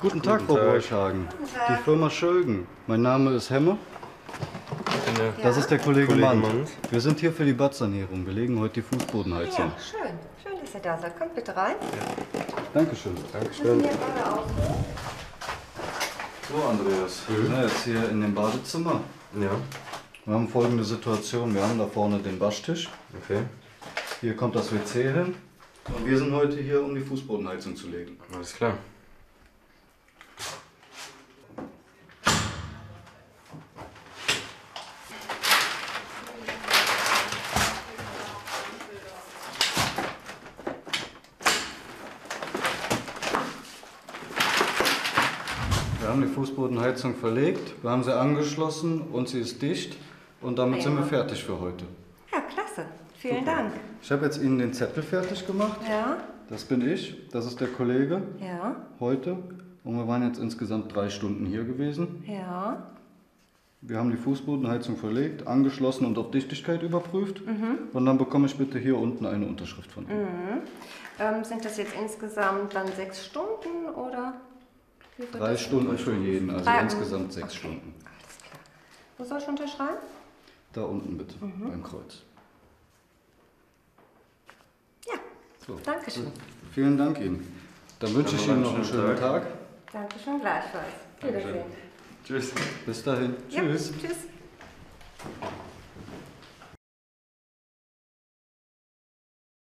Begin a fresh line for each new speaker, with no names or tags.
Guten Tag, Frau
Tag.
Borschhagen. Die Firma Schölgen. Mein Name ist Hemme.
Eine
Das ist der Kollege,
Kollege
Mann.
Mann.
Wir sind hier für die Badsanierung. Wir legen heute die Fußbodenheizung.
Ja, schön. Schön, dass ihr da seid. Kommt bitte rein.
Dankeschön.
Dankeschön.
Hier gerade auf.
So, Andreas. Na, jetzt hier in dem Badezimmer.
Ja,
Wir haben folgende Situation. Wir haben da vorne den Waschtisch.
okay.
Hier kommt das WC hin. Und wir sind heute hier, um die Fußbodenheizung zu legen.
Alles klar.
Wir haben die Fußbodenheizung verlegt. Wir haben sie angeschlossen und sie ist dicht. Und damit sind wir fertig für heute.
Ja, klasse. Vielen Dank.
Ich habe jetzt Ihnen den Zettel fertig gemacht.
Ja,
Das bin ich, das ist der Kollege
ja,
heute. Und wir waren jetzt insgesamt drei Stunden hier gewesen.
ja.
Wir haben die Fußbodenheizung verlegt, angeschlossen und auf Dichtigkeit überprüft. Und dann bekomme ich bitte hier unten eine Unterschrift von Ihnen.
Ähm, sind das jetzt insgesamt dann sechs Stunden oder? Wie wird
Drei
das?
Stunden für jeden, also
Drei-
insgesamt sechs Stunden.
Alles klar. Wo soll ich unterschreiben?
Da unten bitte, beim Kreuz.
Ja.
So.
Dankeschön.
Vielen Dank Ihnen. Dann wünsche ich Ihnen noch einen schönen Tag.
Dankeschön gleichfalls. Wiedersehen.
Tschüss.
Bis dahin.
Ja,
Tschüss.
Tschüss.